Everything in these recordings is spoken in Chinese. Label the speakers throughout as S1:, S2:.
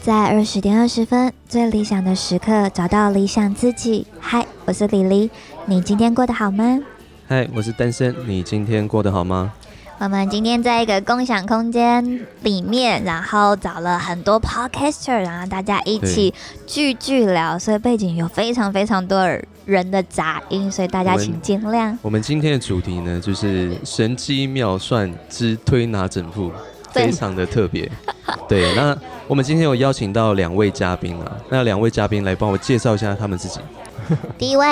S1: 在二十点二十分最理想的时刻，找到理想自己。嗨，我是李黎，你今天过得好吗？
S2: 嗨，我是单身，你今天过得好吗？
S1: 我们今天在一个共享空间里面，然后找了很多 podcaster，然后大家一起聚聚聊，所以背景有非常非常多人的杂音，所以大家请见谅。
S2: 我们今天的主题呢，就是神机妙算之推拿整腹，
S1: 对
S2: 非常的特别。对，那我们今天有邀请到两位嘉宾啊，那两位嘉宾来帮我介绍一下他们自己。
S1: 第一位，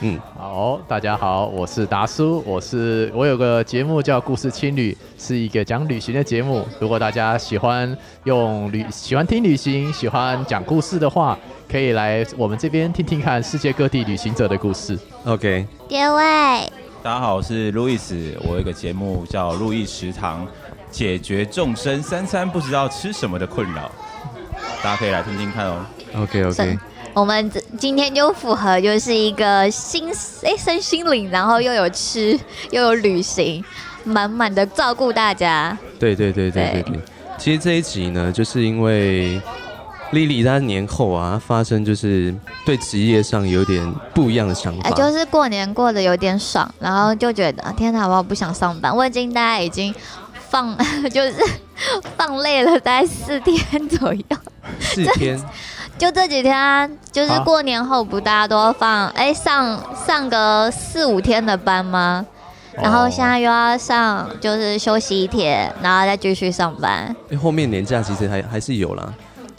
S2: 嗯，
S3: 好，大家好，我是达叔，我是我有个节目叫《故事青旅》，是一个讲旅行的节目。如果大家喜欢用旅喜欢听旅行，喜欢讲故事的话，可以来我们这边听听看世界各地旅行者的故事。
S2: OK，
S1: 第二位，
S4: 大家好，我是路易斯，我有一个节目叫《路易食堂》，解决众生三餐不知道吃什么的困扰，大家可以来听听看哦。
S2: OK
S1: 是我们这今天就符合就是一个心诶身心灵，然后又有吃 又有旅行，满满的照顾大家。
S2: 对对对对对
S1: 对
S2: 对。其实这一集呢，就是因为莉莉她年后啊，发生就是对职业上有点不一样的想法，
S1: 哎，就是过年过得有点爽，然后就觉得啊天哪，我不想上班。我已经大概已经放 就是放累了，大概四天左右。
S2: 四天。
S1: 就这几天啊、就是
S3: 啊
S1: 过年后不大家都要放哎上上个四五天的班吗？
S3: 哦
S1: 然后现在又要上就是休息一天，然后再继续上班。
S2: 因为哎后面年假其实还还是有啦，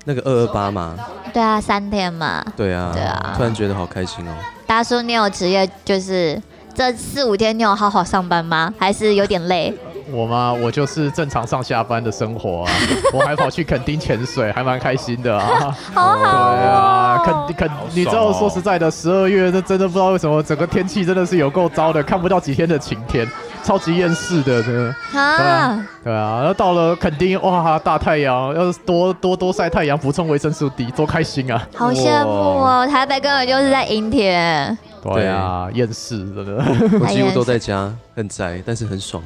S2: 那个二二八嘛，
S1: 对啊，三天嘛。
S2: 对啊，
S1: 对啊
S2: 突然觉得好开 心哦、
S1: 大叔，你有职业就是这四五天你有好好上班吗？还是有点累？
S3: 我嘛，我就是正常上下班的生活啊，我还跑去垦丁潜水，还蛮开心的 啊。
S1: 好好、
S3: 对 啊，
S1: 哦。
S3: 垦垦
S4: 哎好爽哦，
S3: 你知道说实在的，十二月那真的不知道为什么整个天气真的是有够糟的，看不到几天的晴天，超级厌世的，
S4: 哦
S3: 真的。对
S1: 啊
S3: 啊，对啊，然后到了垦丁，哇，大太阳，要是多多多晒太阳，补充维生素 D，多开心啊！
S1: 好羡慕哦！台北根本就是在阴天，
S3: 对啊，厌世 真的。
S2: 我几乎都在家，很宅，但是很爽，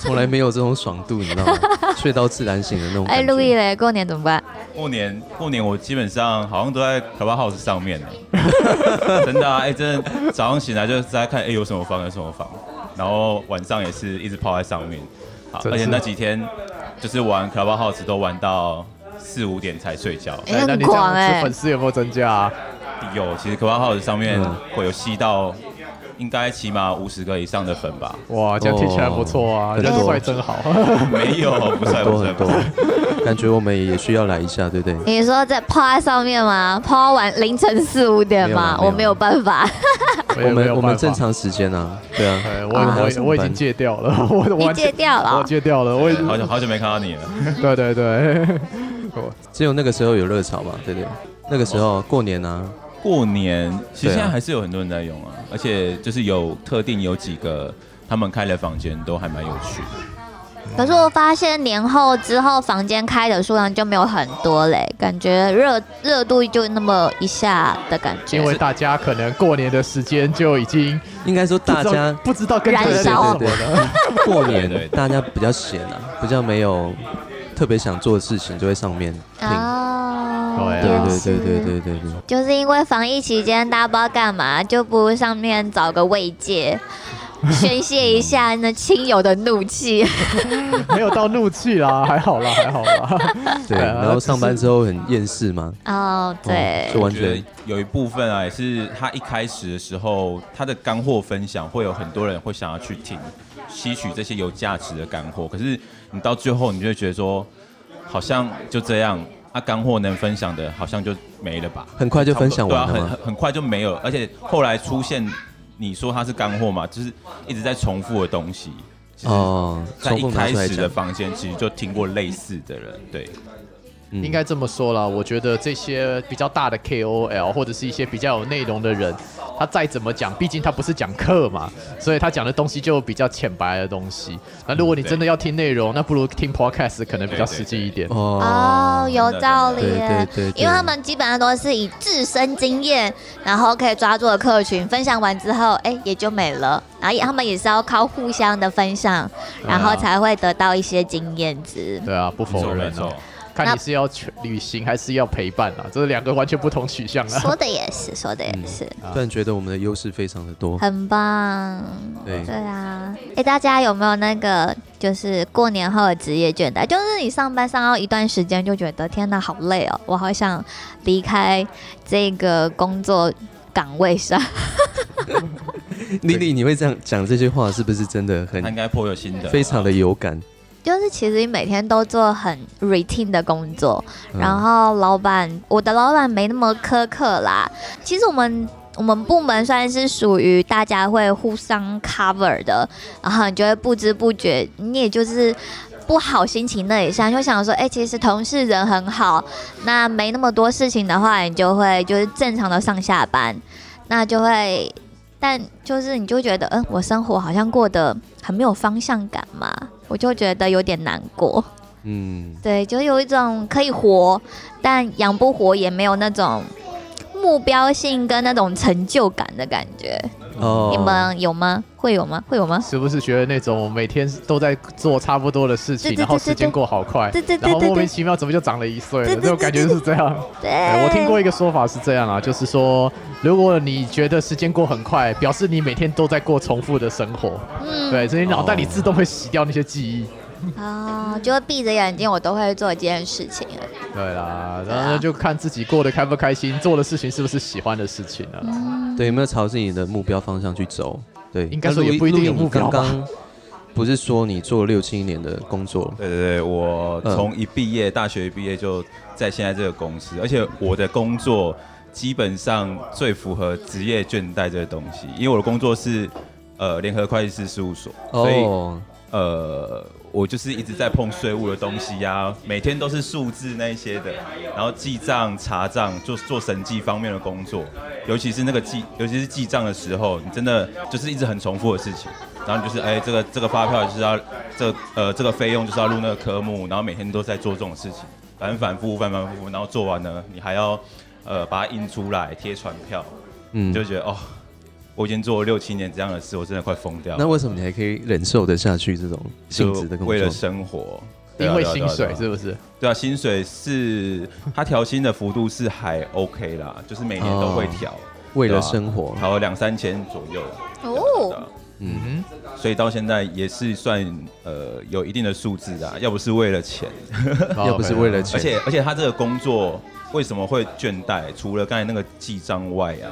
S2: 从来没有这种爽度，你知道吗？ 睡到自然醒的那种
S1: 哎，
S2: 感
S1: 路易
S2: 觉。
S1: 嘞，过年怎么办？
S4: 过年过年我基本上好像都在 Clubhouse 上面呢， 真的啊，哎、真的早上醒来就是在看，哎、有什么房有什么房，然后晚上也是一直泡在上面，好，
S3: 真
S4: 而且
S3: 是
S4: 那几天就是玩 Clubhouse 都玩到四五点才睡觉。
S1: 哎
S3: 那
S1: 很
S3: 你这
S1: 狂
S3: 样
S1: 哎
S3: 子粉丝有没有增加啊？
S4: 有，其实 Clubhouse 上面
S2: 嗯
S4: 会有吸到，应该起码五十个以上的粉 吧。
S3: 哇，这样听起来不错啊，
S2: 哦
S3: 人
S2: 很多
S3: 帅 真好。
S4: 没有，不
S2: 很
S4: 算
S2: 多
S4: 不
S2: 很
S4: 算不
S2: 多
S4: 算。，
S2: 感觉我们也需要来一下，对不对？
S1: 你说在泡在上面吗？泡完凌晨四五点吗？
S2: 没有啊没有啊
S1: 我没有办法，
S3: 也
S2: 我
S3: 哎没有
S2: 们我们
S3: 办法
S2: 正，常时间啊，对啊
S3: 哎，
S2: 我们还
S3: 我
S2: 要
S3: 我
S2: 上
S3: 我已
S2: 班
S3: 经戒掉了， 我我
S1: 你
S3: 完全
S1: 戒掉了
S3: 我
S1: 哦。
S3: 戒掉了，我已经
S4: 好久好久没看到你了，
S3: 对对对，
S2: 只有那个时候有热潮嘛，对不对？那个时候过年啊，
S4: 过年其实
S2: 对啊
S4: 现在还是有很多人在用啊，而且就是有特定有几个他们开的房间都还蛮有趣的。
S1: 可是我发现年后之后，房间开的数量就没有很多嘞，感觉热热度就那么一下的感觉。哦
S3: 因为大家可能过年的时间就已经
S2: 应该说大 家
S3: 不知道跟
S1: 燃
S3: 着
S1: 烧
S3: 什么了。
S2: 过
S4: 对对
S2: 年
S4: 对
S2: 大家比较闲啊，比较没有特别想做的事情，就会上面听。
S1: 哦，
S2: 对
S3: 对啊
S2: 对
S1: 也是
S2: 对对对对对。
S1: 就是因为防疫期间，大家不知道干嘛，就不如上面找个慰藉，宣泄一下那亲友的怒气。
S3: 没有到怒气啦，还好啦，还好啦。
S2: 对，
S3: 对啊
S2: 然后
S3: 只是
S2: 上班之后很厌世嘛，
S1: 哦，对
S2: 哦就
S4: 我
S2: 完
S4: 觉得
S2: 全
S4: 有一部分啊，也是他一开始的时候，他的干货分享会有很多人会想要去听，吸取这些有价值的干货。可是你到最后，你就会觉得说，好像就这样，啊，干货能分享的，好像就没了吧。
S2: 很快就分享完
S4: 对
S2: 了
S4: 啊、
S2: 嘛
S4: 很。很很快就没有了，而且后来出现你说它是干货嘛，就是一直在重复的东西。其实
S2: 哦，
S4: 在
S2: 重
S4: 一
S2: 复拿
S4: 开
S2: 出来
S4: 始的
S2: 讲，
S4: 房间，其实就听过类似的人，对，
S2: 嗯
S3: 应该这么说啦，我觉得这些比较大的 KOL 或者是一些比较有内容的人，他再怎么讲，毕竟他不是讲课嘛，所以他讲的东西就比较浅白的东西。那如果你
S4: 对
S3: 真的要听内容，那不如听 Podcast 可能比较实际一点。
S1: 哦，有道理
S2: 对对
S1: 耶。
S2: 对，对
S1: 因为他们基本上都是以自身经验，然后可以抓住的客群分享完之后，哎，也就没了。然后也他们也是要靠互
S2: 啊
S1: 相的分享，然后才会得到一些经验值。
S3: 对啊，不
S4: 没
S3: 否
S4: 错
S3: 认
S4: 没
S3: 哦
S4: 错。
S3: 看你是要去旅行还是要陪伴啊，这是两个完全不同取向啊。
S1: 说的也是，说的也是，
S2: 突然觉得我们的优势非常的多。
S1: 很棒。
S2: 对
S1: 对啊，哎、大家有没有那个就是过年后的职业倦怠？就是你上班上到一段时间就觉得天哪，好累哦，我好想离开这个工作岗位上。
S2: 丽丽，你会这样讲这些话，是不是真的
S4: 他应
S2: 很
S4: 该颇有心得，
S2: 非常的有感？
S1: 就是其实每天都做很 routine 的工作，
S2: 嗯
S1: 然后老板，我的老板没那么苛刻啦。其实我们我们部门算是属于大家会互相 cover 的，然后你就会不知不觉，你也就是。不好心情那一下，就想说，哎、其实同事人很好，那没那么多事情的话，你就会就是正常的上下班，那就会，但就是你就觉得，嗯，我生活好像过得很没有方向感嘛，我就觉得有点难过。
S2: 嗯，
S1: 对，就有一种可以活，但养不活也没有那种目标性跟那种成就感的感觉。
S2: 哦，
S1: 你们有吗？会有吗？会有吗？
S3: 是不是觉得那种每天都在做差不多的事情
S1: 对，对
S3: 然后
S1: 对对
S3: 时间
S1: 对
S3: 过好快，
S1: 对对对
S3: 然后
S1: 对
S3: 莫名
S1: 对
S3: 其妙怎么就长了一岁了？
S1: 对对
S3: 这种
S1: 对
S3: 感觉是这样。
S1: 对，
S3: 哎对我听过一个说法是这样啊，就是说，如果你觉得时间过很快，表示你每天都在过重复的生活，
S1: 嗯，
S3: 对，所以脑袋里
S2: 哦
S3: 自动会洗掉那些记忆。
S1: 哦，就会闭着眼睛，我都会做这件事情啊了。
S3: 对啦，
S1: 对啊
S3: 然后就看自己过得开不开心，做的事情是不是喜欢的事情了、啊。
S1: 嗯
S2: 对，有没有朝着你的目标方向去走？对，
S3: 应该
S2: 那
S3: 说也
S2: 陆
S3: 不一定有
S2: 陆颖
S3: 目标
S2: 刚
S3: 吧
S2: 刚不是说你做了六七年的工作，
S4: 对对对，我
S2: 嗯
S4: 从一毕业，大学一毕业就在现在这个公司，而且我的工作基本上最符合职业倦怠这个东西，因为我的工作是呃联合会计师事务所，所以、
S2: 哦，
S4: 呃我就是一直在碰税务的东西呀、每天都是数字那一些的，然后记账、查账，做做审计方面的工作，尤其是那个记，尤其是记账的时候，你真的就是一直很重复的事情。然后你就是哎、这个这个发票就是要这呃这个费用就是要入那个科目，然后每天都在做这种事情，反反复复反反复复，然后做完呢，你还要呃把它印出来贴传票，
S2: 嗯
S4: 你就觉得哦，我已经做了六七年这样的事，我真的快疯掉了。
S2: 那为什么你还可以忍受得下去这种性
S4: 就
S2: 质的工
S4: 为了
S2: 作？
S4: 生活，对
S3: 因
S4: 啊
S3: 为
S4: 对啊
S3: 薪
S4: 对啊
S3: 水
S4: 对啊
S3: 是不是？
S4: 对啊，薪水是它调薪的幅度是还 OK 啦，就是每年都会调，
S3: 哦
S2: 为了
S4: 对啊
S2: 生活，
S4: 调两三千左右。对啊
S1: 哦，
S2: 嗯，
S3: 嗯，
S4: 所以到现在也是算呃有一定的数字的啊，要不是为了钱，
S3: 哦
S2: 要不是
S3: 啊
S2: 为了
S4: 而
S2: 钱，
S4: 且而且他这个工作为什么会倦怠？除了刚才那个记账外啊，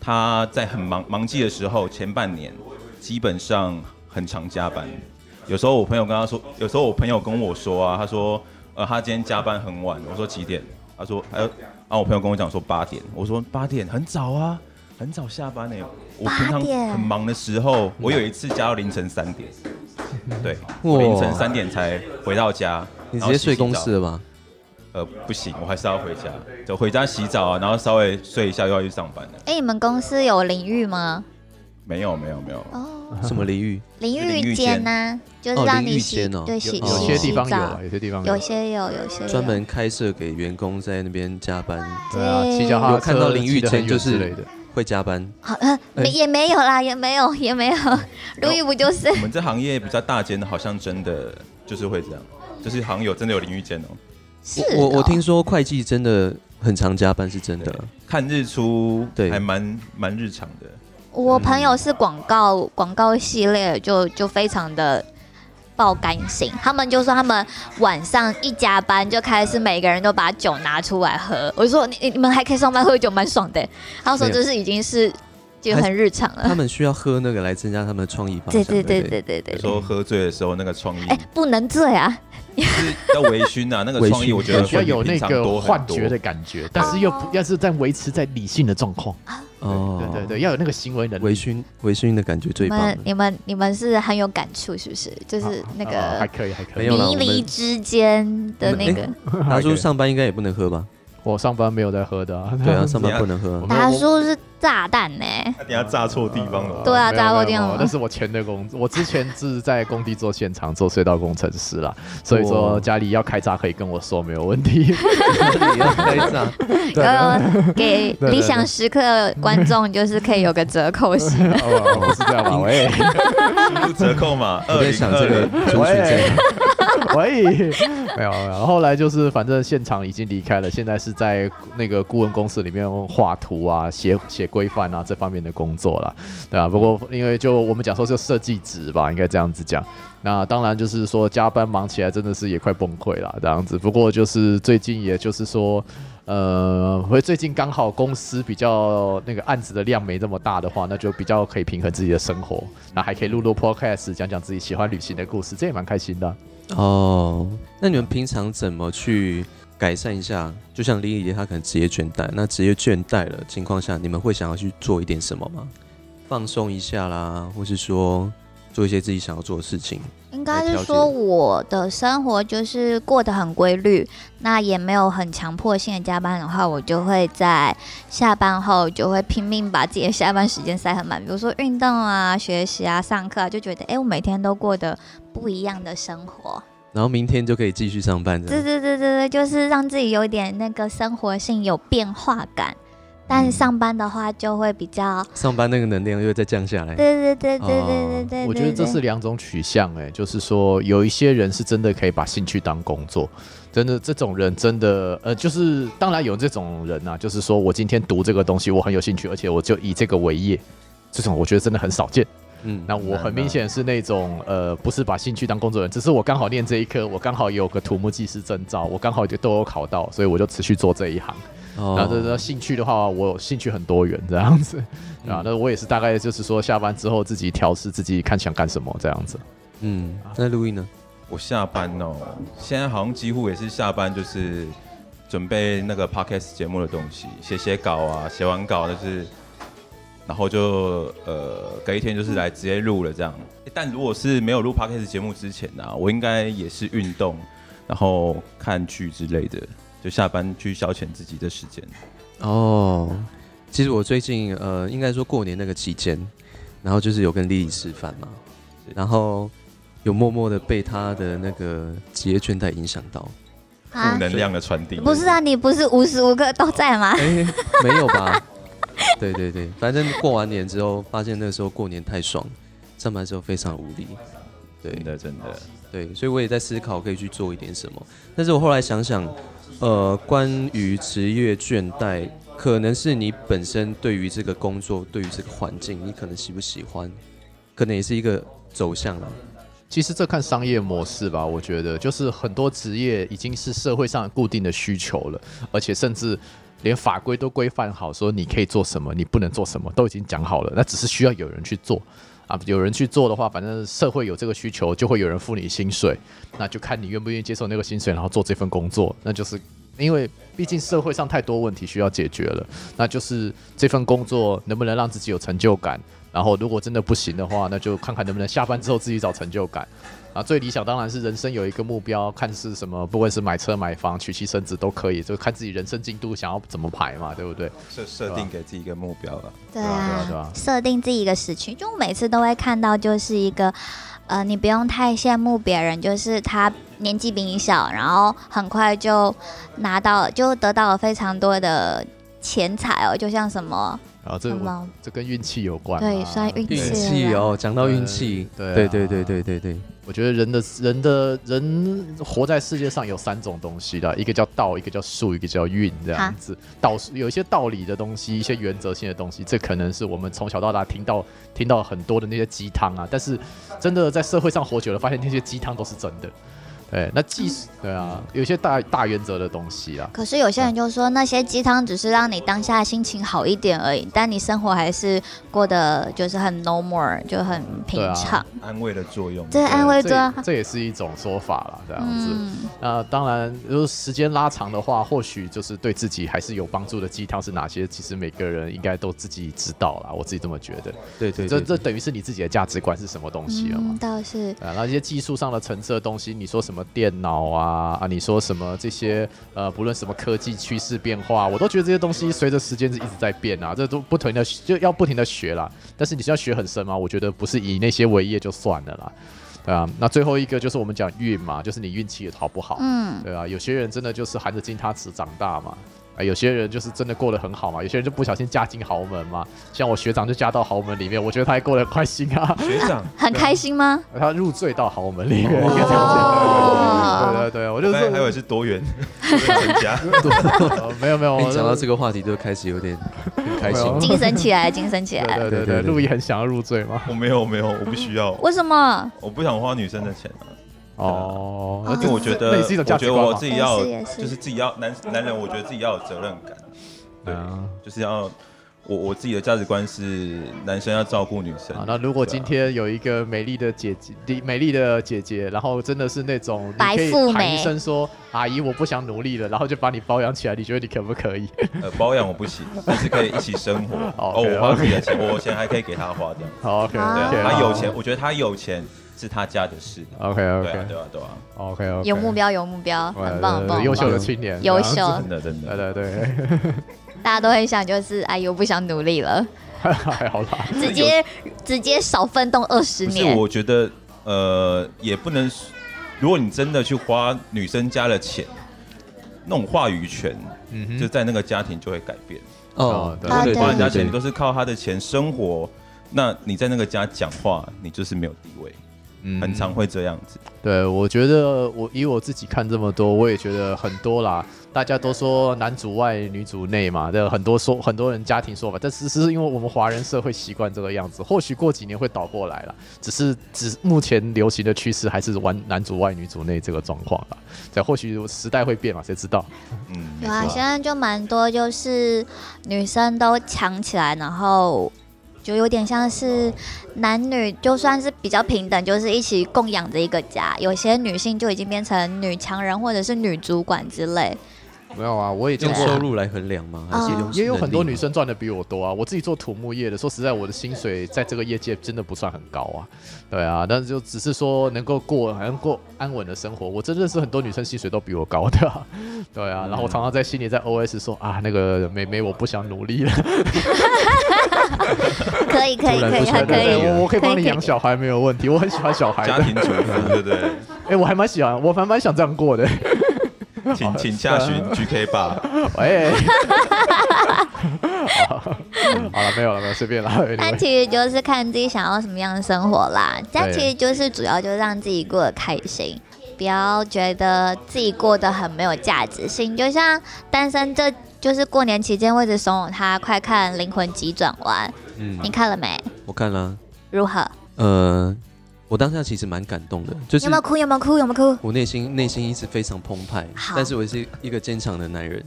S4: 他在很忙忙季的时候，前半年基本上很常加班。有时候我朋友跟他说，有时候我朋友跟我说啊，他说，呃，他今天加班很晚。我说几点？他说，还有，啊，我朋友跟我讲说八点。我说八点很早啊，很早下班呢、我平
S1: 八
S4: 常
S1: 点
S4: 很忙的时候，我有一次加到凌晨三点，对，我凌晨三点才回到家。
S2: 你直
S4: 然后
S2: 接
S4: 洗
S2: 睡
S4: 洗
S2: 公
S4: 澡
S2: 司了吧？
S4: 呃，不行，我还是要回家，就回家洗澡啊，然后稍微睡一下，又要去上班了。
S1: 哎、你们公司有淋浴吗？
S4: 没有，没有，没有，
S1: 哦，
S2: 什么淋浴？
S1: 淋
S4: 淋浴
S1: 浴间
S4: 间
S1: 呐、就是
S2: 哦
S1: 让
S2: 淋
S1: 你
S2: 浴
S1: 洗，
S2: 间哦
S1: 对，
S2: 有
S1: 洗
S3: 有
S1: 洗
S3: 些地方
S1: 洗
S3: 有
S1: 澡
S3: 啊，有些地方
S1: 有
S3: 有。
S1: 些有，有些有
S2: 专门开设给员工在那边加班，
S1: 嗯
S3: 对啊，骑脚
S2: 有
S3: 踏
S2: 看到
S3: 车、
S2: 淋浴
S3: 骑得很
S2: 间就
S3: 远之
S2: 是
S3: 类的。
S2: 会加班，
S1: 好，呃，没也没有啦，也没有，也没有。
S2: 嗯
S1: 如意不就是
S4: 我们这行业比较大间的，好像真的就是会这样，就是好像有真的有淋浴间哦。
S1: 是
S2: 我我
S1: 哦
S2: 我听说会计真的很常加班，是真的
S4: 对。看日出，
S2: 对
S4: 还蛮蛮日常的。
S1: 我朋友是广告广告系列就，就非常的爆肝性。他们就说他们晚上一加班就开始每个人都把酒拿出来喝。我说你你你们还可以上班喝酒，蛮爽的。他说
S2: 没有
S1: 这是已经是就很日常了
S2: 他。们需要喝那个来增加他们的创意发
S1: 对
S2: 展。
S1: 对
S2: 不
S1: 对对对对
S4: 有时
S1: 对。
S4: 候喝醉的时候那个创意
S1: 哎、不能醉啊！
S4: 是要微醺 啊，那个创意
S2: 微醺
S4: 我觉得
S2: 对
S4: 比
S3: 要有
S4: 平
S3: 那
S4: 常
S3: 个
S4: 多
S3: 幻
S4: 很
S3: 觉的
S4: 多。
S3: 感觉，但是又
S1: 哦
S3: 不要是在维持在理性的状况。
S2: 哦，
S3: 对对对，要有那个行为能力。
S2: 微醺微醺的感觉最
S1: 你
S2: 棒了
S1: 们。你们你们是很有感触，是不是？就是那
S3: 啊还
S1: 个
S3: 可以，还可
S2: 没
S3: 以
S2: 有。啦我
S1: 迷
S2: 们
S1: 离之间的那
S2: 哎
S1: 个。
S2: 达叔上班应该也不能喝吧？
S3: 我上班没有在喝的啊。
S2: 对 啊，上班不能喝啊
S3: 我。们呃
S1: 达叔是炸弹呢、
S4: 他等下炸错地方 了。
S1: 对啊
S3: 没有
S1: 大家都
S3: 没有
S1: 这样
S3: 没有
S1: 吗
S3: 那是我前的工作，我之前是在工地做现场做隧道工程师啦，所以说
S2: 哇
S3: 家里要开闸可以跟我说，没有问 题。
S2: 你要开闸
S1: 有 有呃给
S3: 对对
S1: 理想时刻观众就是可以有个折扣是 吗
S3: 哦，不是这样吧？喂，
S4: 折扣嘛，
S2: 我
S4: 二
S2: 在
S4: 零
S2: 想
S4: 二
S2: 这个
S4: 零
S2: 族群在哪，
S3: 喂，没有没有。后来就是反正现场已经离开了，现在是在那个顾问公司里面画图啊、写写规范啊这方面的工作啦，对啊，不过
S2: 嗯
S3: 因为就我们讲说是设计职吧，应该这样子讲。那当然就是说加班忙起来真的是也快崩溃了这样子。不过就是最近也就是说，呃，会最近刚好公司比较那个案子的量没这么大的话，那就比较可以平衡自己的生活，那还可以录录 podcast，讲讲自己喜欢旅行的故事，这也蛮开心的啊、
S2: 哦，那你们平常怎么去改善一下？就像林怡她可能职业倦怠，那职业倦怠了情况下，你们会想要去做一点什么吗？放松一下啦，或是说做一些自己想要做的事情？
S1: 应该是说我的生活就是过得很规律，那也没有很强迫性的加班的话，我就会在下班后就会拼命把自己的下班时间塞很满，比如说运动啊、学习啊、上课啊，就觉得哎、诶我每天都过得不一样的生活。
S2: 然后明天就可以继续上班这
S1: 对
S2: 样。
S1: 对对对对，就是让自己有点那个生活性有变化感，但
S3: 嗯
S1: 上班的话就会比较，
S2: 上班那个能量又再降下来。
S1: 对对对对对对对对，
S3: 哎哦我觉得这
S1: 对
S3: 是两种取向、欸，哎，就是说有一些人是真的可以把兴趣当工作，真的这种人真的，呃，就是当然有这种人呐、啊，就是说我今天读这个东西我很有兴趣，而且我就以这个为业，这种我觉得真的很少见。
S2: 嗯，
S3: 那我很明显是那种呃，不是把兴趣当工作人，只是我刚好念这一科，我刚好有个土木技师证照，我刚好就都有考到，所以我就持续做这一行。
S2: 哦
S3: 然后就是说兴趣的话，我有兴趣很多元这样子，啊，那我也是大概就是说下班之后自己调试自己看想干什么这样子。
S2: 嗯，那录音呢？
S4: 我下班哦，现在好像几乎也是下班就是准备那个 podcast 节目的东西，写写稿啊，写完稿就是，然后就呃隔一天就是来直接录了这样。诶但如果是没有录 podcast 节目之前啊，我应该也是运动，然后看剧之类的，就下班去消遣自己的时间。
S2: 哦，其实我最近呃，应该说过年那个期间，然后就是有跟丽丽吃饭嘛，然后有默默的被她的那个职业倦怠影响到。
S1: 啊
S4: 负能量的传递
S1: 不是啊，你不是无时无刻都在吗？
S2: 哎、没有吧？ 对对对，反正过完年之后，发现那时候过年太爽，上班之后非常无力。对
S4: 真的真的，
S2: 对，所以我也在思考可以去做一点什么。但是我后来想想，呃，关于职业倦怠，可能是你本身对于这个工作、对于这个环境，你可能喜不喜欢，可能也是一个走向了。
S3: 其实这看商业模式吧，我觉得就是很多职业已经是社会上固定的需求了，而且甚至连法规都规范好，说你可以做什么，你不能做什么，都已经讲好了，那只是需要有人去做。啊，有人去做的话，反正社会有这个需求，就会有人付你薪水，那就看你愿不愿意接受那个薪水，然后做这份工作，那就是因为毕竟社会上太多问题需要解决了，那就是这份工作能不能让自己有成就感，然后如果真的不行的话，那就看看能不能下班之后自己找成就感。啊，最理想当然是人生有一个目标，看是什么，不管是买车、买房、娶妻生子都可以，就看自己人生进度想要怎么排嘛，对不对？
S4: 设设定给自己一个目标了。
S1: 对
S3: 啊对啊
S1: 啊
S3: 对啊，
S1: 设定自己一个时区，就我每次都会看到，就是一个，呃，你不用太羡慕别人，就是他年纪比你小，然后很快就拿到，就得到了非常多的钱财哦，就像什么，
S3: 啊，这
S1: 什么
S3: 这跟运气有关嘛，
S1: 对算运
S2: 运
S1: 是啊
S2: 气哦，讲到运气，
S3: 对
S2: 对
S3: 啊
S2: 对对对对对，
S3: 我觉得人的人的人活在世界上有三种东西的，一个叫道，一个叫术，一个叫运，这样子。道是有一些道理的东西，一些原则性的东西，这可能是我们从小到大听到听到很多的那些鸡汤啊。但是真的在社会上活久了，发现那些鸡汤都是真的。对，那技
S1: 嗯
S3: 术对啊，有一些大大原则的东西啊，
S1: 可是有些人就说那些鸡汤只是让你当下心情好一点而已，但你生活还是过得就是很 normal，就很平
S3: 对啊
S1: 常，
S4: 安慰的作用。
S1: 这安慰
S3: 这
S1: 作用
S3: 也，这也是一种说法啦，啊这样子。
S1: 嗯。
S3: 那当然，如果时间拉长的话，或许就是对自己还是有帮助的鸡汤是哪些？其实每个人应该都自己知道啦，我自己这么觉得。
S2: 对对
S3: 这
S2: 对，
S3: 这等于是你自己的价值观是什么东西了嘛
S1: 嗯，？倒是
S3: 啊，那一些技术上的层次的东西，你说什么电脑啊啊，你说什么这些呃，不论什么科技趋势变化，我都觉得这些东西随着时间是一直在变啊，这都不停的就要不停的学啦。但是你是要学很深吗？我觉得不是以那些为业就算了啦，对啊。那最后一个就是我们讲运嘛，就是你运气好不好，
S1: 嗯
S3: 对啊。有些人真的就是含着金汤匙长大嘛，啊，有些人就是真的过得很好嘛，有些人就不小心嫁进豪门嘛。像我学长就嫁到豪门里面，我觉得他也过得很开心啊，
S4: 学长，
S1: 很开心吗？
S3: 他入赘到豪门里面，应该这样讲。对
S1: 哦
S3: 对对，我就
S4: 我
S3: 是
S4: 还还以为是 多元多元成家，
S3: 呃没有没有，
S2: 哎，
S3: 我
S2: 讲到这个话题就开始有点很开心
S3: 没有。
S1: 精神起来，精神起
S3: 对
S1: 来。
S3: 对对
S2: 对
S3: 对，
S2: 对对
S3: 陆毅很想要入赘嘛。
S4: 我没有我没有，我不 需要，
S1: 为什么？
S4: 我不想花女生的钱啊，
S3: 哦，那
S4: 因为我觉得
S3: 类似一种价
S4: 我
S3: 值
S4: 觉得
S3: 观
S4: 我
S3: 嘛
S4: 自己要
S1: 也是也是
S4: 就是自己要男男人，我觉得自己要有责任感，对，
S3: 啊
S4: 就是要我我自己的价值观是男生要照顾女生
S3: 啊，。那如果今天有一个美丽的姐姐，你
S4: 啊
S3: 美丽的姐姐，然后真的是那种你
S1: 白
S3: 可以
S1: 富
S3: 喊
S1: 美
S3: 一声说阿姨我不想努力了，然后就把你包养起来，你觉得你可不可以？
S4: 呃，包养我不行，但是可以一起生活。
S3: 哦
S4: 哦，
S3: ，OK，
S4: 我花自己的钱，我钱还可以给他花，这样。
S3: 哦好，OK，
S1: 啊
S4: 对
S3: OK，
S4: 啊，他有钱，我觉得他有钱是他家的事。
S3: ，OK
S4: 对啊，
S3: OK
S4: 对啊，对啊，
S3: OK OK，
S1: 有目，标，有目标，很棒，很棒，很
S3: 优
S1: 棒
S3: 秀的青年，
S1: 优秀
S3: 这样子
S4: 真的真
S3: 对
S4: 的。
S3: 对对，
S1: 大家都很想，就是哎呦，不想努力了，
S3: 还好啦，
S1: 直接直接少奋斗二十
S4: 不是，
S1: 年。
S4: 我觉得呃，也不能，如果你真的去花女生家的钱，那种话语权
S3: 嗯
S4: 就
S3: 哼，
S4: 在那个家庭就会改变。
S2: 哦，
S3: 对
S1: 啊
S2: 对
S4: 花人家钱，
S2: 对
S4: 你
S2: 对
S4: 都是靠他的钱生活，那你在那个家讲话，你就是没有地位，
S3: 嗯
S4: 很常会这样子。
S3: 对，我觉得我以我自己看这么多，我也觉得很多啦。大家都说男主外女主内嘛，这很多说很多人家庭说法，但只是因为我们华人社会习惯这个样子，或许过几年会倒过来了。只是只目前流行的趋势还是玩男主外女主内这个状况啦。对，或许时代会变嘛，谁知道？
S4: 嗯，没
S1: 有啊，
S4: 错
S1: 现在就蛮多，就是女生都强起来，然后就有点像是男女就算是比较平等，就是一起供养着一个家。有些女性就已经变成女强人或者是女主管之类。
S3: 没有啊，我也
S2: 用收入来衡量吗？还是
S1: 啊
S2: 用
S3: 也有很多
S2: 能力
S3: 女
S2: 吗
S3: 生赚的比我多啊。我自己做土木业的，说实在，我的薪水在这个业界真的不算很高啊。对啊，但是就只是说能够过能够安稳的生活。我真认识很多女生薪水都比我高的、啊， 对啊。然后我常常在心里在 OS 说啊，那个妹妹我不想努力了，
S1: 可以，可以，
S2: 突然
S1: 可 以，还
S2: 不想
S1: 哎可
S2: 努力
S1: 以
S2: 了。
S3: 我我可以帮你养
S1: 可以
S3: 小孩没有问题，我很喜欢小孩
S4: 啊家
S3: 的。
S4: 庭主妇，对不 对？
S3: 哎、我还蛮喜欢，我还蛮想这样过的。
S4: 请请下询 GK 吧。
S3: 喂、哎 好了，没有了，没有，随便了。
S1: 但
S3: anyway
S1: 其实就是看自己想要什么样的生活啦。但
S3: 对
S1: 其实就是主要就是让自己过得开心，不要觉得自己过得很没有价值性。就像单身这。就是过年期间，我一直怂恿他快看《灵魂急转弯》，你
S2: 嗯，
S1: 看了没？
S2: 我看了，
S1: 如何？
S2: 呃，我当下其实蛮感动的，就是
S1: 有没有哭？有没有哭？有没有哭？
S2: 我内心内心一直非常澎湃
S1: 好，
S2: 但是我是一个坚强的男
S3: 嗯
S2: 人，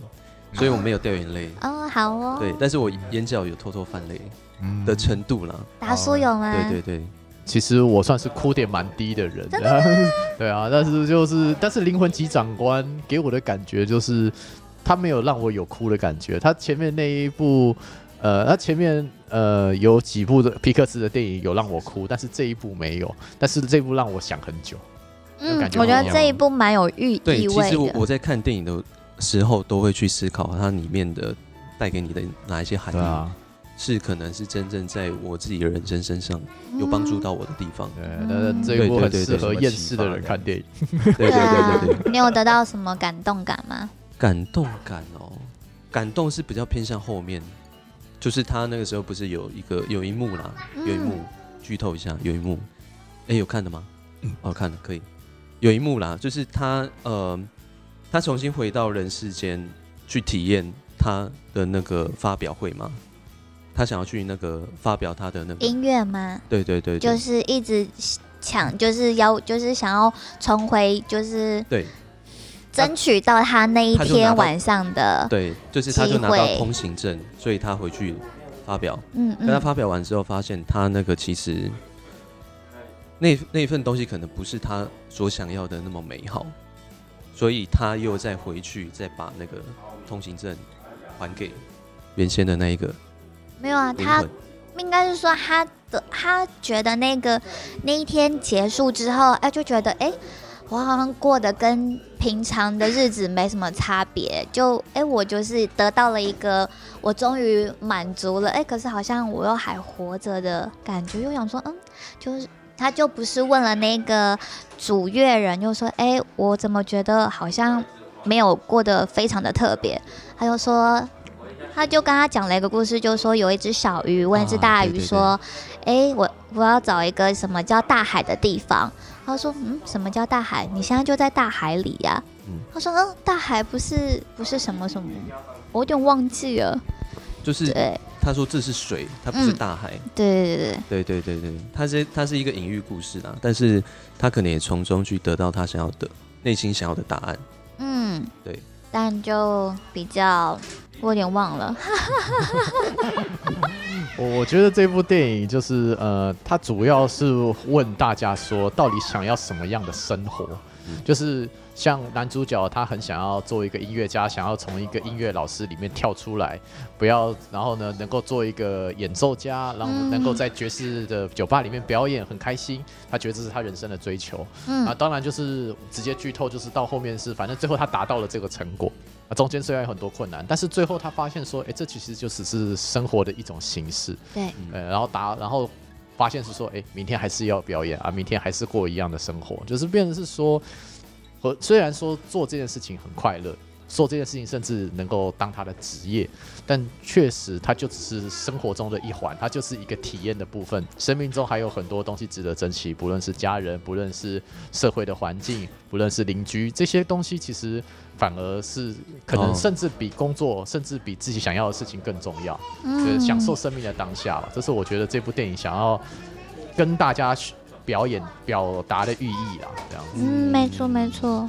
S2: 所以我没有掉眼泪。
S1: 哦，好哦。
S2: 对，但是我眼角有偷偷泛泪
S3: 嗯
S2: 的程度啦。
S1: 达叔有吗？
S2: 哦对对对，
S3: 其实我算是哭点蛮低的人， 对啊，但是就是，但是《灵魂级长官》给我的感觉就是，他没有让我有哭的感觉。他前面那一部，呃，他前面呃有几部的皮克斯的电影有让我哭，但是这一部没有，但是这一部让我想很久。
S1: 嗯，
S3: 感觉
S1: 我觉得
S3: 不一样
S1: 这一部蛮有寓
S2: 对，
S1: 意
S2: 其
S1: 味
S2: 实我
S1: 的。
S2: 我在看电影的时候都会去思考它里面的带给你的哪一些含
S3: 对
S2: 义，
S3: 啊，
S2: 是可能是真正在我自己的人生身上有帮
S1: 嗯
S2: 助到我的地方。
S3: 对，但是这一部很适合厌世的人看电影。
S2: 对对对对对，
S1: 啊，你有得到什么感动感吗？
S2: 感动感哦，感动是比较偏向后面，就是他那个时候不是有一个有一幕啦，
S1: 嗯
S2: 有一幕剧透一下，有一幕，哎、有看的吗？哦，看了可以，有一幕啦，就是他呃，他重新回到人世间去体验他的那个发表会嘛，他想要去那个发表他的那个，
S1: 音乐吗？
S2: 对对对对，
S1: 就是一直抢，就是要，就是想要重回，就是
S2: 对
S1: 争取到他那一
S2: 他就拿
S1: 天
S2: 到
S1: 晚上的，
S2: 对，就是他就拿
S1: 哦机
S2: 到
S1: 会
S2: 通行证，所以他回去发表。
S1: 嗯
S2: 但他
S1: 嗯，
S2: 发表完之后，发现他那个其实那那一份东西可能不是他所想要的那么美好，所以他又再回去再把那个通行证还给原先的那一个
S1: 没有啊，
S2: 灵
S1: 他
S2: 魂。
S1: 应该是说他的，他觉得那个那一天结束之后，哎，就觉得哎。我好像过得跟平常的日子没什么差别，就哎，我就是得到了一个，我终于满足了，哎，可是好像我又还活着的感觉，又想说，嗯，就是他就不是问了那个主乐人，就说，哎，我怎么觉得好像没有过得非常的特别。他就说，他就跟他讲了一个故事，就说有一只小鱼问一只
S2: 啊
S1: 大
S2: 对
S1: 鱼
S2: 对对
S1: 说：“哎、我我要找一个什么叫大海的地方。”他说：“嗯，什么叫大海？你现在就在大海里呀、
S2: 嗯
S1: 他说：“嗯，大海不是不是什么什么，我有点忘记了。
S2: 就是
S1: 对
S2: 他说这是水，它不是
S1: 嗯
S2: 大海。”
S1: 对对对对，
S2: 对对对对，它是它是一个隐喻故事啦，但是他可能也从中去得到他想要的内心想要的答案。
S1: 嗯，
S2: 对，
S1: 但就比较我有点忘了。
S3: 我我觉得这部电影就是呃，它主要是问大家说，到底想要什么样的生活？就是像男主角，他很想要做一个音乐家，想要从一个音乐老师里面跳出来，不要，然后呢，能够做一个演奏家，然后能够在爵士的酒吧里面表演，很开心。他觉得这是他人生的追求。
S1: 嗯
S3: 啊，当然就是直接剧透，就是到后面是，反正最后他达到了这个成果。啊，中间虽然有很多困难，但是最后他发现说，哎、这其实就只是生活的一种形式。
S1: 对，
S3: 呃，然后打，然后发现是说，哎，明天还是要表演啊，明天还是过一样的生活，就是变成是说，和虽然说做这件事情很快乐，做这件事情甚至能够当他的职业，但确实它就只是生活中的一环，它就是一个体验的部分。生命中还有很多东西值得珍惜，不论是家人，不论是社会的环境，不论是邻居，这些东西其实反而是可能
S2: 哦
S3: 甚至比工作，甚至比自己想要的事情更重要。就是
S1: 嗯，
S3: 享受生命的当下吧。这是我觉得这部电影想要跟大家表演表达的寓意啦，这样子。
S1: 嗯，没错没错，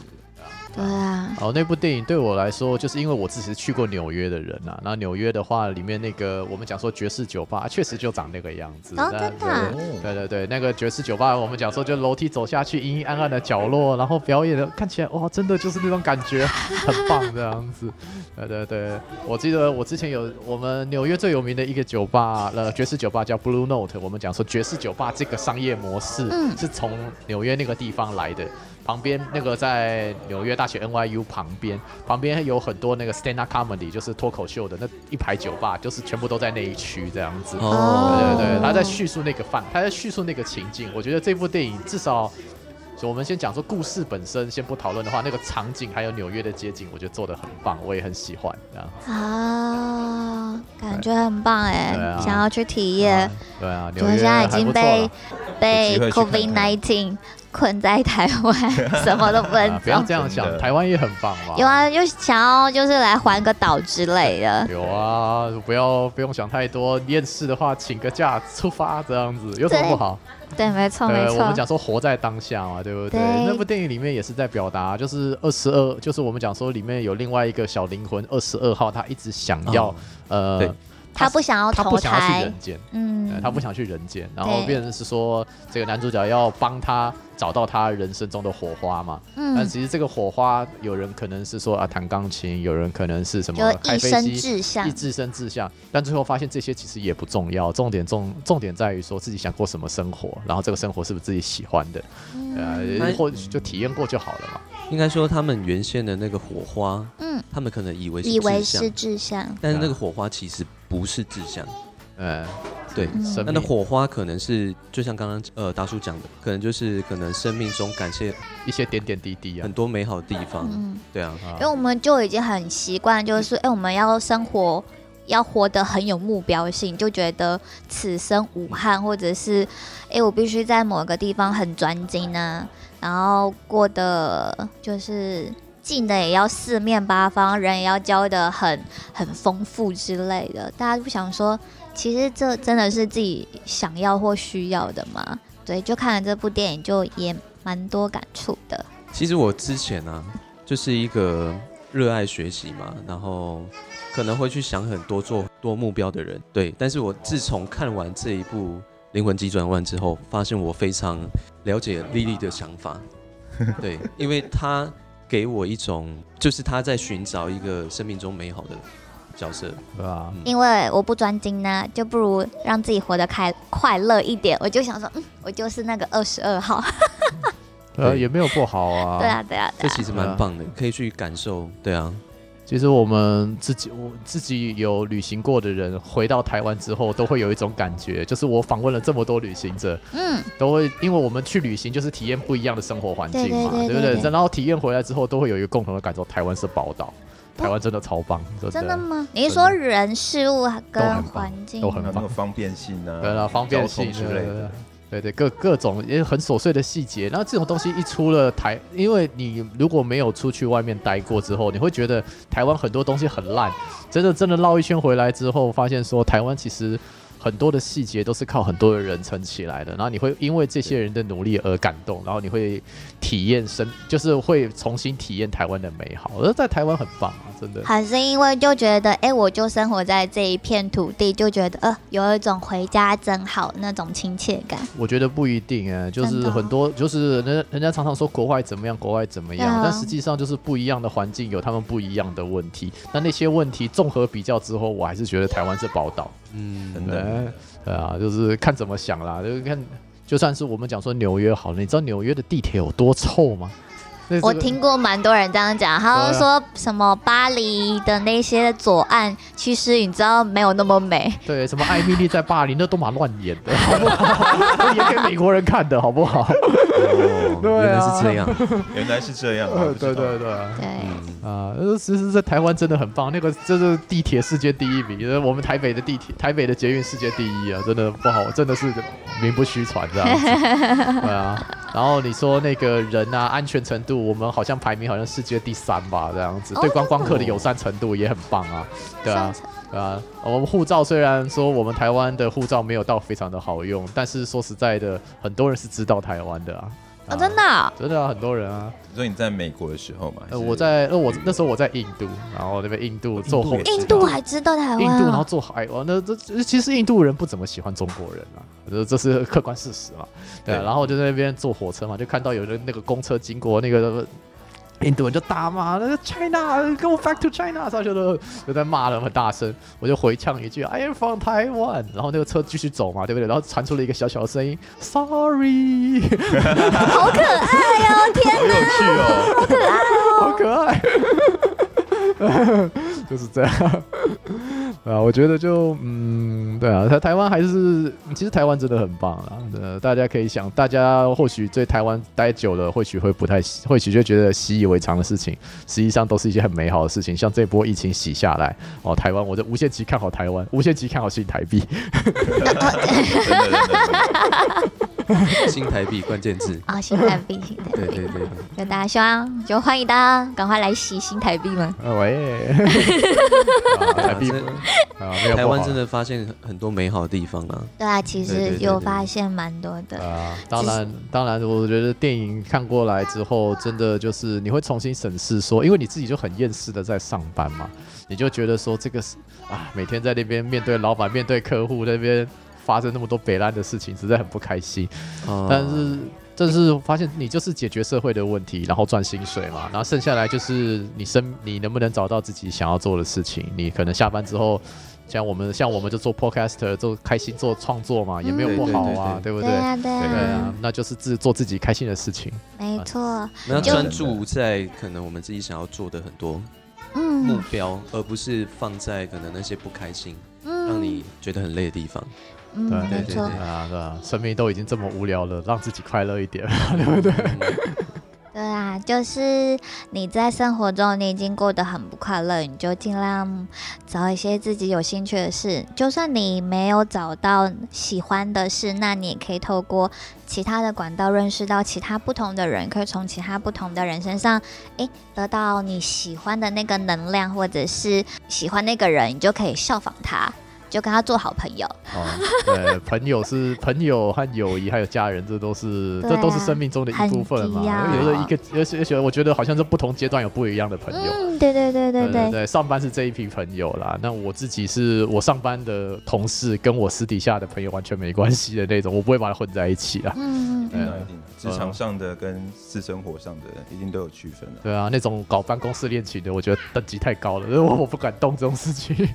S1: 对啊，
S3: 哦，那部电影对我来说，就是因为我自己是去过纽约的人啊。那纽约的话，里面那个我们讲说爵士酒吧，啊确实就长那个样子。
S1: 哦
S3: 那
S1: 真的啊
S3: 对对对，那个爵士酒吧，我们讲说就楼梯走下去，阴阴暗暗的角落，然后表演的看起来哇，真的就是那种感觉，很棒这样子。对对对，我记得我之前有我们纽约最有名的一个酒吧，呃，爵士酒吧叫 Blue Note，我们讲说爵士酒吧这个商业模式
S1: 嗯
S3: 是从纽约那个地方来的。旁边那个在纽约大学 NYU 旁边，旁边有很多那个 stand up comedy，就是脱口秀的那一排酒吧，就是全部都在那一区这样子。
S1: 哦
S3: 对对对，他在叙述那个范，他在叙述那个情境。我觉得这部电影至少，我们先讲说故事本身，先不讨论的话，那个场景还有纽约的街景，我觉得做的很棒，我也很喜欢。这样，
S1: 啊，感觉很棒
S3: 对
S1: 哎
S3: 啊，
S1: 想要去体验。
S3: 对啊，纽
S1: 我
S3: 约
S1: 现在已
S3: 还
S1: 经
S3: 不错
S1: 被
S3: 啦
S1: 被
S4: 有机会去
S1: COVID
S4: 看看
S1: nineteen 困在台湾， 什么都不能
S3: 啊不要
S1: 做。
S3: 这样
S4: 真
S3: 想，
S4: 的
S3: 台湾也很棒嘛。
S1: 有啊，就想要就是来环个岛之类 的。
S3: 有啊，不要不用想太多，厌世的话请个假出发这样子，有什么不好？
S1: 对，没错没
S3: 对，我
S1: 错
S3: 们。讲说活在当下嘛，对不对？
S1: 对
S3: 那部电影里面也是在表达，就是二十二，就是我们讲说里面有另外一个小灵魂二十二号，他一直想要、
S2: 哦
S3: 呃
S2: 对，
S1: 他不想要
S3: 他不
S1: 投
S3: 想要去
S1: 胎
S3: 人，间。呃
S1: 嗯，
S3: 他不想去人间，然后
S1: 对
S3: 变成是说这个男主角要帮他找到他人生中的火花嘛。但
S1: 嗯，
S3: 其实这个火花，有人可能是说啊弹钢琴，有人可能是什
S1: 就
S3: 么开
S1: 一
S3: 飞
S1: 生
S3: 机，
S1: 志向
S3: 一。自身志向，但最后发现这些其实也不重要，重点重重点在于说自己想过什么生活，然后这个生活是不是自己喜欢的，
S1: 嗯
S3: 呃，
S2: 哎
S3: 或许就体验过就好了嘛。
S2: 应该说他们原先的那个火花，
S1: 嗯，
S2: 他们可能以为是
S1: 以为
S2: 志向
S1: 是志向，
S3: 啊
S2: 但是那个火花其实不是志向，
S3: 呃，
S2: 对。
S3: 生
S2: 那
S3: 命
S2: 那火花可能是就像刚刚呃达叔讲的，可能就是可能生命中感谢
S3: 一些点点滴滴啊
S2: 很，多美好的地方，
S1: 嗯，
S2: 对啊，
S1: 因为我们就已经很习惯，就是哎、我们要生活。要活得很有目标性，就觉得此生无憾，或者是，哎、我必须在某个地方很专精啊，然后过得就是技能也要四面八方，人也要教的很很丰富之类的。大家就不想说，其实这真的是自己想要或需要的吗？对，就看了这部电影，就也蛮多感触的。
S2: 其实我之前啊，就是一个热爱学习嘛，然后可能会去想很多做多目标的人，对。但是我自从看完这一部《灵魂急转弯》之后，发现我非常了解莉莉的想 法，对，因为她给我一种，就是她在寻找一个生命中美好的角 色，
S3: 对吧？
S1: 因为我不专精呢、就不如让自己活得开快乐一点。我就想说，嗯，我就是那个二十二号。
S3: 呃，
S2: 对
S3: 也没有不好啊。
S1: 对啊，对啊，对
S2: 这
S1: 啊。
S2: 其实蛮棒的，可以去感受，对啊，
S3: 其实我们自己我自己有旅行过的人，回到台湾之后都会有一种感觉，就是我访问了这么多旅行者，
S1: 嗯，
S3: 都会因为我们去旅行就是体验不一样的生活环境嘛，
S1: 对对对
S3: 不
S1: 对
S3: 对？然后体验回来之后，都会有一个共同的感受，台湾是宝岛，台湾真的超棒，真的。
S1: 真的吗？你是说人事物
S3: 都
S1: 跟
S3: 很棒
S1: 环境
S3: 都很
S4: 还有
S3: 棒
S4: 那个方便性啊，
S3: 对啦，方便性
S4: 交通之类的。。
S3: 对对，各各种也很琐碎的细节，然后这种东西一出了台，因为你如果没有出去外面待过之后，你会觉得台湾很多东西很烂，真的真的绕一圈回来之后，发现说台湾其实很多的细节都是靠很多的人撑起来的，然后你会因为这些人的努力而感动，然后你会体验生，就是会重新体验台湾的美好，我觉得在台湾很棒啊，真的。
S1: 还是因为就觉得，哎、我就生活在这一片土地，就觉得呃，有一种回家真好那种亲切感。
S3: 我觉得不一定哎、就
S1: 真的
S3: 是
S1: 哦
S3: 很多，就是人人家常常说国外怎么样，国外怎么样，
S1: 对啊
S3: 但实际上就是不一样的环境有他们不一样的问题。那那些问题综合比较之后，我还是觉得台湾是宝岛，
S2: 嗯，
S4: 真
S3: 对
S4: 的，
S3: 对啊，就是看怎么想啦，就是看就算是我们讲说纽约好了，你知道纽约的地铁有多臭吗？那这个
S1: 我听过蛮多人这样讲，他们
S3: 对
S1: 说什么巴黎的那些左岸，其实你知道没有那么美。
S3: 对什么艾米丽在巴黎那都蛮乱演的， 好不好？ 演给美国人看的好不好？
S2: 哦，
S3: 对啊
S2: 原来是这样，
S4: 原来是这样啊，我不知道
S3: 对对对。
S1: 对，
S2: 嗯，
S3: 啊，呃其实，在台湾真的很棒，那个这是地铁世界第一名，呃我们台北的地铁、台北的捷运世界第一啊，真的不好，真的是名不虚传 这样子。对啊，然后你说那个人啊，安全程度，我们好像排名好像世界第三吧，这样子，
S1: 哦
S3: 对观光客的友善程度也很棒啊，对啊
S1: 上。层
S3: 对啊，我们护照虽然说我们台湾的护照没有到非常的好用，但是说实在的，很多人是知道台湾的啊。
S1: 哦，真的哦、
S3: 真的啊，很多人啊。
S4: 你说你在美国的时候嘛？还
S3: 呃，
S4: 是
S3: 我在，呃，我那时候我在印度，然后那边印度做后
S4: 印度也
S3: 勤
S1: 印度还知道台湾、哦，
S3: 印度，然后做海湾，那这这其实印度人不怎么喜欢中国人啊，这这是客观事实嘛。对啊，
S4: 对
S3: 然后我就在那边坐火车嘛，就看到有人那个公车经过，那个印度人就大骂，那个 China，go back to China，他就都就在骂人很大声，我就回呛一句，I am from Taiwan，然后那个车继续走嘛，对不对？然后传出了一个小小的声音，Sorry，
S1: 好可爱哦，天
S4: 好有趣哦，
S3: 好可爱， 就是这样。啊，我觉得就嗯，对啊，台台湾还是其实台湾真的很棒啊，呃，大家可以想，大家或许对台湾待久了，或许会不太习，或许就觉得习以为常的事情，实际上都是一些很美好的事情。像这波疫情洗下来，哦，台湾，我就无限期看好台湾，无限期看好新台币。
S4: 真的真的真的。
S2: 新台币关键字，
S1: 啊、哦，新台币，新台
S2: 对
S1: 币，
S2: 对对对，
S1: 就大家希望就欢迎大家赶快来洗新台币嘛。
S3: 啊喂，啊台币
S2: 这
S3: 啊，没有不好
S2: 台湾真的发现很很多美好的地方啊，
S1: 对啊，其
S2: 对对
S1: 实
S2: 对
S1: 有
S2: 对
S1: 发现蛮多的，
S3: 啊，当
S1: 只是
S3: 然，当然，我觉得电影看过来之后，真的就是你会重新审视说，因为你自己就很厌世的在上班嘛，你就觉得说这个是啊，每天在那边面对老板、面对客户那边发生那么多北烂的事情，实在很不开心。
S2: 啊
S3: 但是，但是发现你就是解决社会的问题，然后赚薪水嘛，然后剩下来就是你生你能不能找到自己想要做的事情？你可能下班之后。像我们像我们就做 podcaster，做开心做创作嘛，也没有
S1: 嗯
S3: 不好啊，
S2: 对
S3: 不
S1: 对啊，对
S4: 对
S3: 对啊
S1: 啊，，
S3: 那就是自做自己开心的事情。
S1: 没错，
S2: 我们要专注在可能我们自己想要做的很多目
S1: 嗯
S2: 标，而不是放在可能那些不开心、
S1: 嗯，
S2: 让你觉得很累的地方。
S1: 嗯，
S3: 对
S1: 没
S2: 对
S1: 错，
S3: 对啊，对啊，生命都已经这么无聊了，让自己快乐一点。
S1: 嗯对啊，就是你在生活中你已经过得很不快乐，你就尽量找一些自己有兴趣的事。就算你没有找到喜欢的事，那你也可以透过其他的管道认识到其他不同的人，可以从其他不同的人身上，诶，得到你喜欢的那个能量，或者是喜欢那个人，你就可以效仿他，就跟他做好朋友。
S3: 哦，对，朋友是朋友和友谊，还有家人，这都是、
S1: 对啊
S3: 这都是生命中的一部分嘛
S1: 很必要。
S3: 有的一个，而且而且我觉得好像是不同阶段有不一样的朋友。
S1: 嗯，对对对对
S3: 对
S1: 对，
S3: 上班是这一批朋友啦。那我自己是我上班的同事，跟我私底下的朋友完全没关系的那种，我不会把它混在一起啊。
S1: 嗯，
S4: 对
S1: 嗯
S4: 啊，一定的职场上的跟私生活上的一定都有区分的。
S3: 对啊，那种搞办公室恋情 的，我觉得等级太高了，我我不敢动这种事情。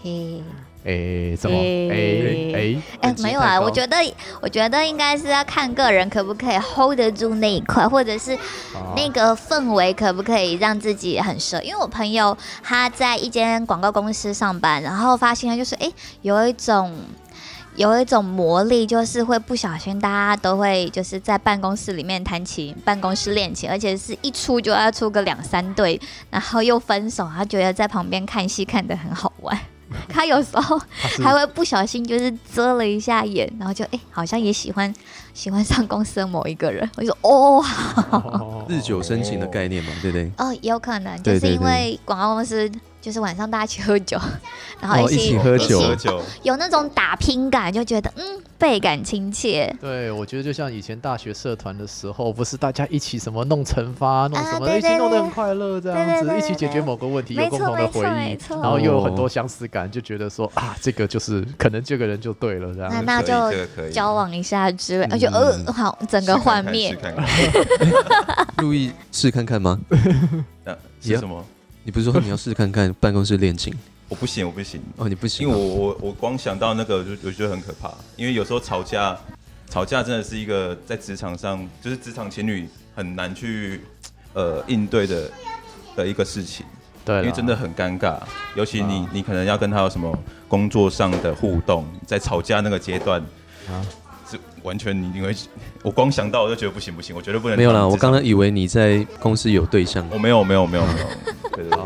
S1: 嘿，
S3: 哎，怎么？
S5: 诶
S3: 哎
S1: 哎
S3: 哎，，
S1: 没有啊，我
S3: 得
S1: 觉得，我觉得应该是要看个人可不可以 hold 得住那一块，或者是那个氛围可不可以让自己很熟。因为我朋友他在一间广告公司上班，然后发现他就是哎、诶有一种。有一种魔力，就是会不小心，大家都会就是在办公室里面谈起办公室恋情，而且是一出就要出个两三对，然后又分手，他觉得在旁边看戏看得很好玩。 他有时候还会不小心就是遮了一下眼，然后就哎、诶好像也喜欢喜欢上公司的某一个人。我就说哦，好
S3: 哦
S2: 日久生情的概念嘛，对不对？
S1: 哦，也有可能就
S2: 对
S1: 是
S2: 对
S1: 因为广告公司就是晚上大家一起喝酒， 然后
S2: 哦一
S1: 起,、
S2: 起喝酒
S4: 喝酒，
S1: 有那种打拼感，就觉得嗯倍感亲切。
S3: 对，我觉得就像以前大学社团的时候，不是大家一起什么弄惩罚、弄什
S1: 啊
S3: 么，
S1: 对
S3: 一起
S1: 对
S3: 弄得
S1: 对
S3: 很快乐，这
S1: 对对
S3: 样子
S1: 对
S3: 一起
S1: 对
S3: 解决
S1: 对
S3: 某个问题，
S1: 没
S3: 有共
S1: 错
S3: 同的
S1: 没
S3: 回
S1: 错没
S3: 忆，
S1: 错
S3: 然后又有很
S2: 哦
S3: 多相似感，就觉得说啊，这个就是可能这个人就对了这样
S1: 那
S3: 子。
S1: 那
S4: 这个
S1: 就
S4: 可以这个可以
S1: 交往一下之类，而且呃好，整个幻
S4: 试
S1: 灭。
S4: 看 看试看看
S2: 路易试看看吗？
S4: 那是什么？
S2: 你不是说你要试看看办公室恋情？
S4: 我不行，我不行，
S2: 哦，你不行
S4: 因
S2: 啊、
S4: 为我我我光想到那个，我就我觉得很可怕。因为有时候吵架，吵架真的是一个在职场上，就是职场情侣很难去呃应对的的一个事情，
S3: 对啦，
S4: 因为真的很尴尬。尤其你、
S2: 啊
S4: 你可能要跟他有什么工作上的互动，在吵架那个阶段，
S2: 啊
S4: 是完全你因为我光想到我就觉得不行不行，我绝对不能
S2: 没有啦，
S4: 当
S2: 我
S4: 职场
S2: 刚哦刚以为你在公司有对象，
S4: 哦我没有没有没 有没有，对对对。
S2: 哦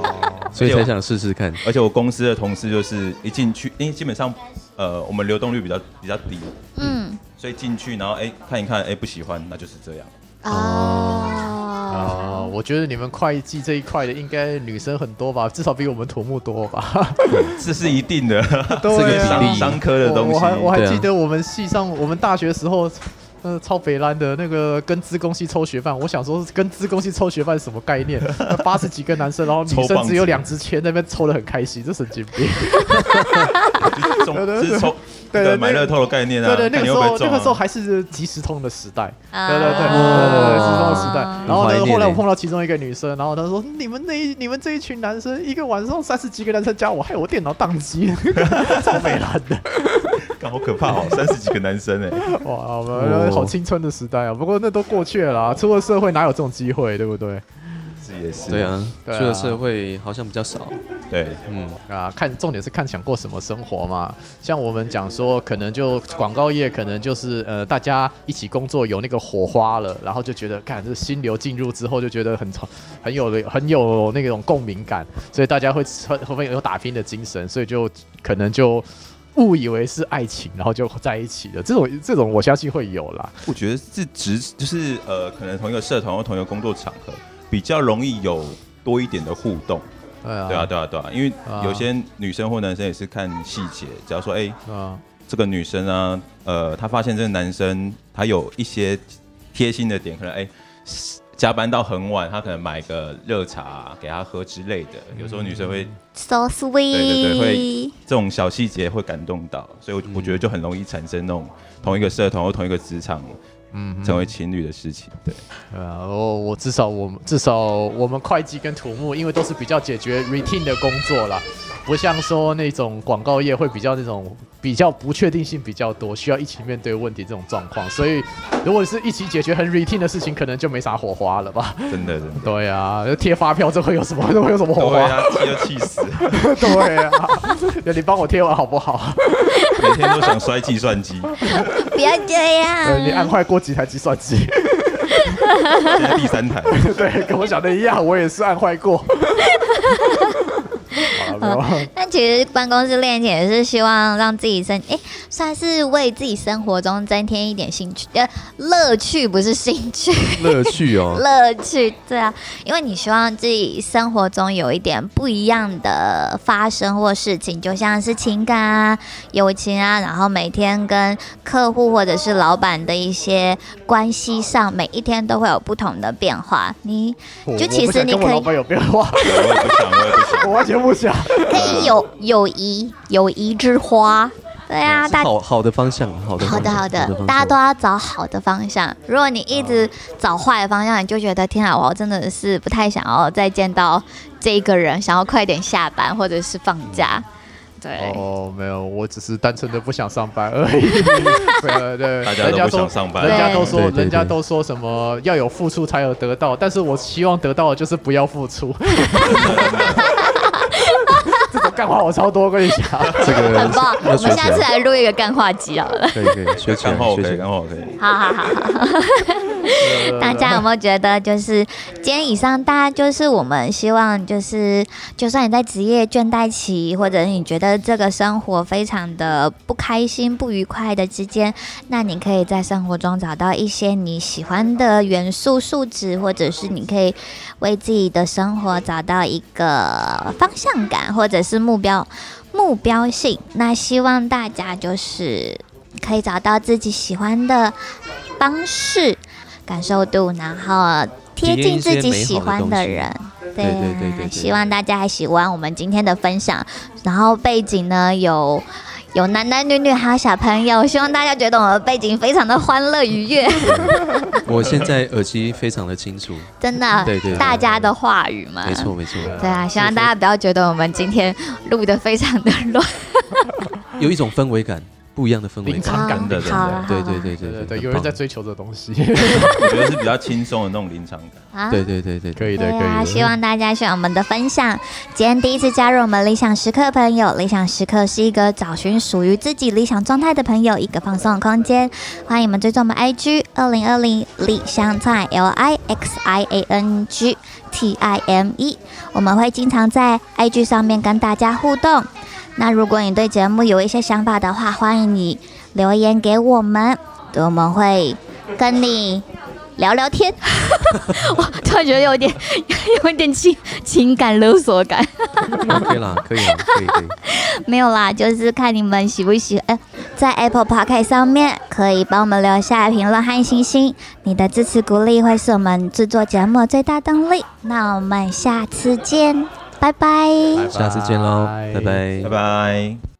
S2: 所以才想试试看。
S4: 而且我公司的同事就是一进去，因为基本上，呃，我们流动率比较比较低，
S1: 嗯
S4: 所以进去然后哎、看一看，哎、不喜欢，那就是这样。
S1: 哦，
S3: 啊，我觉得你们会计这一块的，应该女生很多吧，至少比我们土木多吧。
S2: 嗯
S4: 这是一定的，
S3: 对啊
S4: 这个商商科的东
S3: 我我
S4: 西。
S3: 还我还
S2: 对啊
S3: 记得我们系上，我们大学时候，呃，超北兰的那个跟资工系抽学饭，我想说跟资工系抽学饭是什么概念？八十几个男生，然后女
S4: 抽
S3: 生
S4: 棒
S3: 只有
S4: 子
S3: 两支签，那边抽的很开心，这神经病。
S4: 就是中，就是抽
S3: 对对对
S4: 那个买乐透的概念啊。
S3: 对对，那个
S4: 看你
S3: 时
S4: 会不
S3: 候
S4: 会中
S3: 那
S4: 啊
S3: 个时候还是即时通的时代，
S1: 啊
S3: 对对对对对对，即时通的时代。然后
S2: 很怀
S3: 呢，
S2: 念
S3: 后来我
S2: 欸
S3: 碰到其中一个女生，然后她说：“你们那一你们这一群男生，一个晚上三十几个男生加我，害我电脑宕机，超美男的。”
S4: 干好可怕 哦，三十几个男生哎、
S3: 哇，我们好青春的时代啊！不过那都过去了啦，出了社会哪有这种机会，对不对？
S4: 是也是。
S2: 对，啊，出
S3: 对啊
S2: 了社会好像比较少。
S4: 对，
S2: 嗯，
S3: 啊，看重点是看想过什么生活嘛。像我们讲说，可能就广告业，可能就是呃，大家一起工作有那个火花了，然后就觉得，看这心流进入之后，就觉得很很有很有那种共鸣感，所以大家会会会有打拼的精神，所以就可能就。误以为是爱情，然后就在一起了。这种这种，我相信会有啦。
S4: 我觉得是职就是呃，可能同一个社团或同一个工作场合，比较容易有多一点的互动。
S3: 对啊，
S4: 对啊，对啊，对啊，因为
S3: 啊
S4: 有些女生或男生也是看细节，只要说哎、
S3: 啊，
S4: 这个女生啊，呃，她发现这个男生他有一些贴心的点，可能哎、加班到很晚，她可能买个热茶、给他喝之类的。有时候女生会
S1: so
S4: 对对会
S1: sweet，
S4: 这种小细节会感动到，所以我我觉得就很容易产生那种同一个社团或同一个职场
S3: 嗯嗯
S4: 成为情侣的事情。对，
S3: 呃，我我至少我们至少我们会计跟土木，因为都是比较解决 routine 的工作啦，不像说那种广告业会比较那种比较不确定性比较多，需要一起面对问题这种状况。所以如果是一起解决很 routine 的事情，可能就没啥火花了吧？
S4: 真的真的。
S3: 对啊，就贴发票这会有什么？这会有什么火
S4: 对
S3: 花？
S4: 啊，气都气死，
S3: 对啊， 你帮我贴完好不好？
S4: 每天都想摔计算机，
S1: 不要这
S4: 啊
S3: 呃你
S1: 样。
S3: 按坏过几台计算机？
S4: 现在第三台。
S3: 对，跟我想的一样，我也是按坏过。 好了，没有啊。
S1: 但其实办公室恋情也是希望让自己生，哎、算是为自己生活中增添一点兴趣，呃，乐趣不是兴趣，
S2: 乐趣哦，
S1: 乐趣，对啊，因为你希望自己生活中有一点不一样的发生或事情，就像是情感啊、友情啊，然后每天跟客户或者是老板的一些关系上，每一天都会有不同的变化。你
S3: 我
S1: 就其
S3: 我不
S1: 实
S3: 想
S1: 你
S3: 跟我
S1: 可
S3: 老
S1: 以
S3: 板有变化，
S4: 我也不想，我也不想。
S3: 我完全不想。
S1: 可以有友谊，友谊之花，对啊，
S2: 是
S1: 大
S2: 好好的方向，好的
S1: 好
S2: 方
S1: 的
S2: 向，
S1: 好的，
S2: 方
S1: 大家
S2: 向
S1: 都要找好的方向。如果你一直找坏的方向，你就觉得天啊，我真的是不太想要再见到这一个人，想要快点下班或者是放假。对，
S3: 哦，没有，我只是单纯的不想上班而已。对啊对，
S4: 大家
S3: 人
S4: 都
S3: 家
S4: 不想
S3: 说，
S4: 上班
S3: 人家都
S2: 对
S3: 说，
S2: 对对
S3: 人家都说什么要有付出才有得到，但是我希望得到的就是不要付出。 这种干话我超多，我跟你讲。
S2: 这个
S1: 很棒。我
S2: 要
S1: 们
S2: 啊学起
S1: 下次
S2: 来，
S1: 来录一个干话集好了。
S2: 可以可以 学起
S4: 干话
S2: 来，
S4: 我
S2: 学
S4: 可
S2: 起来
S4: 以，干。话我可以。
S1: 好好好好， 大家有没有觉得就是今天以上，大家就是我们希望就是，就算你在职业倦怠期，或者你觉得这个生活非常的不开心、不愉快的之间，那你可以在生活中找到一些你喜欢的元素、素质，或者是你可以为自己的生活找到一个方向感，或者是目标目标性。那希望大家就是可以找到自己喜欢的方式、感受度，然后贴近自己喜欢的人。对啊
S2: 对对对对对
S1: 希望大家还喜欢我们今天的分享。然后背景呢有有男男女女还有小朋友，希望大家觉得我们的背景非常的欢乐愉悦，
S2: 我现在耳机非常的清楚，
S1: 真的，
S2: 对对对
S1: 大家的话语嘛，
S2: 没错没错，
S1: 对啊，希望大家不要觉得我们今天录的非常的乱，
S2: 有一种氛围感，不一样的氛围
S3: 临
S2: 感。
S3: 场感的人
S1: 好了，
S2: 对
S1: 好了
S2: 对对
S3: 对
S2: 对
S3: 对
S2: 对，
S3: 对，
S2: 很
S3: 有人
S2: 棒
S3: 在追求这东西。
S4: 我觉得是比较轻松的那种临场感。
S1: 好
S2: 对对对对，
S3: 可以的，
S1: 对
S3: 可以的
S1: 啊，。希望大家喜欢我们的分享。今天第一次加入我们理想时刻的朋友，理想时刻是一个找寻属于自己理想状态的朋友一个放松的空间。欢迎你们追踪我们 IG 二零二零理想 time L I X I A N G T I M E，我们会经常在 IG 上面跟大家互动。那如果你对节目有一些想法的话，欢迎你留言给我们，我们会跟你聊聊天。 我突然觉得有点有一点情情感勒索感，
S2: OK 啦，可以啦，可以可以。
S1: 没有啦，就是看你们喜不喜欢。在 Apple Podcast 上面可以帮我们留下评论和星星，你的支持鼓励会是我们制作节目的最大动力。那我们下次见，拜拜
S3: 拜拜
S2: 下次见喽，拜拜
S4: 拜拜。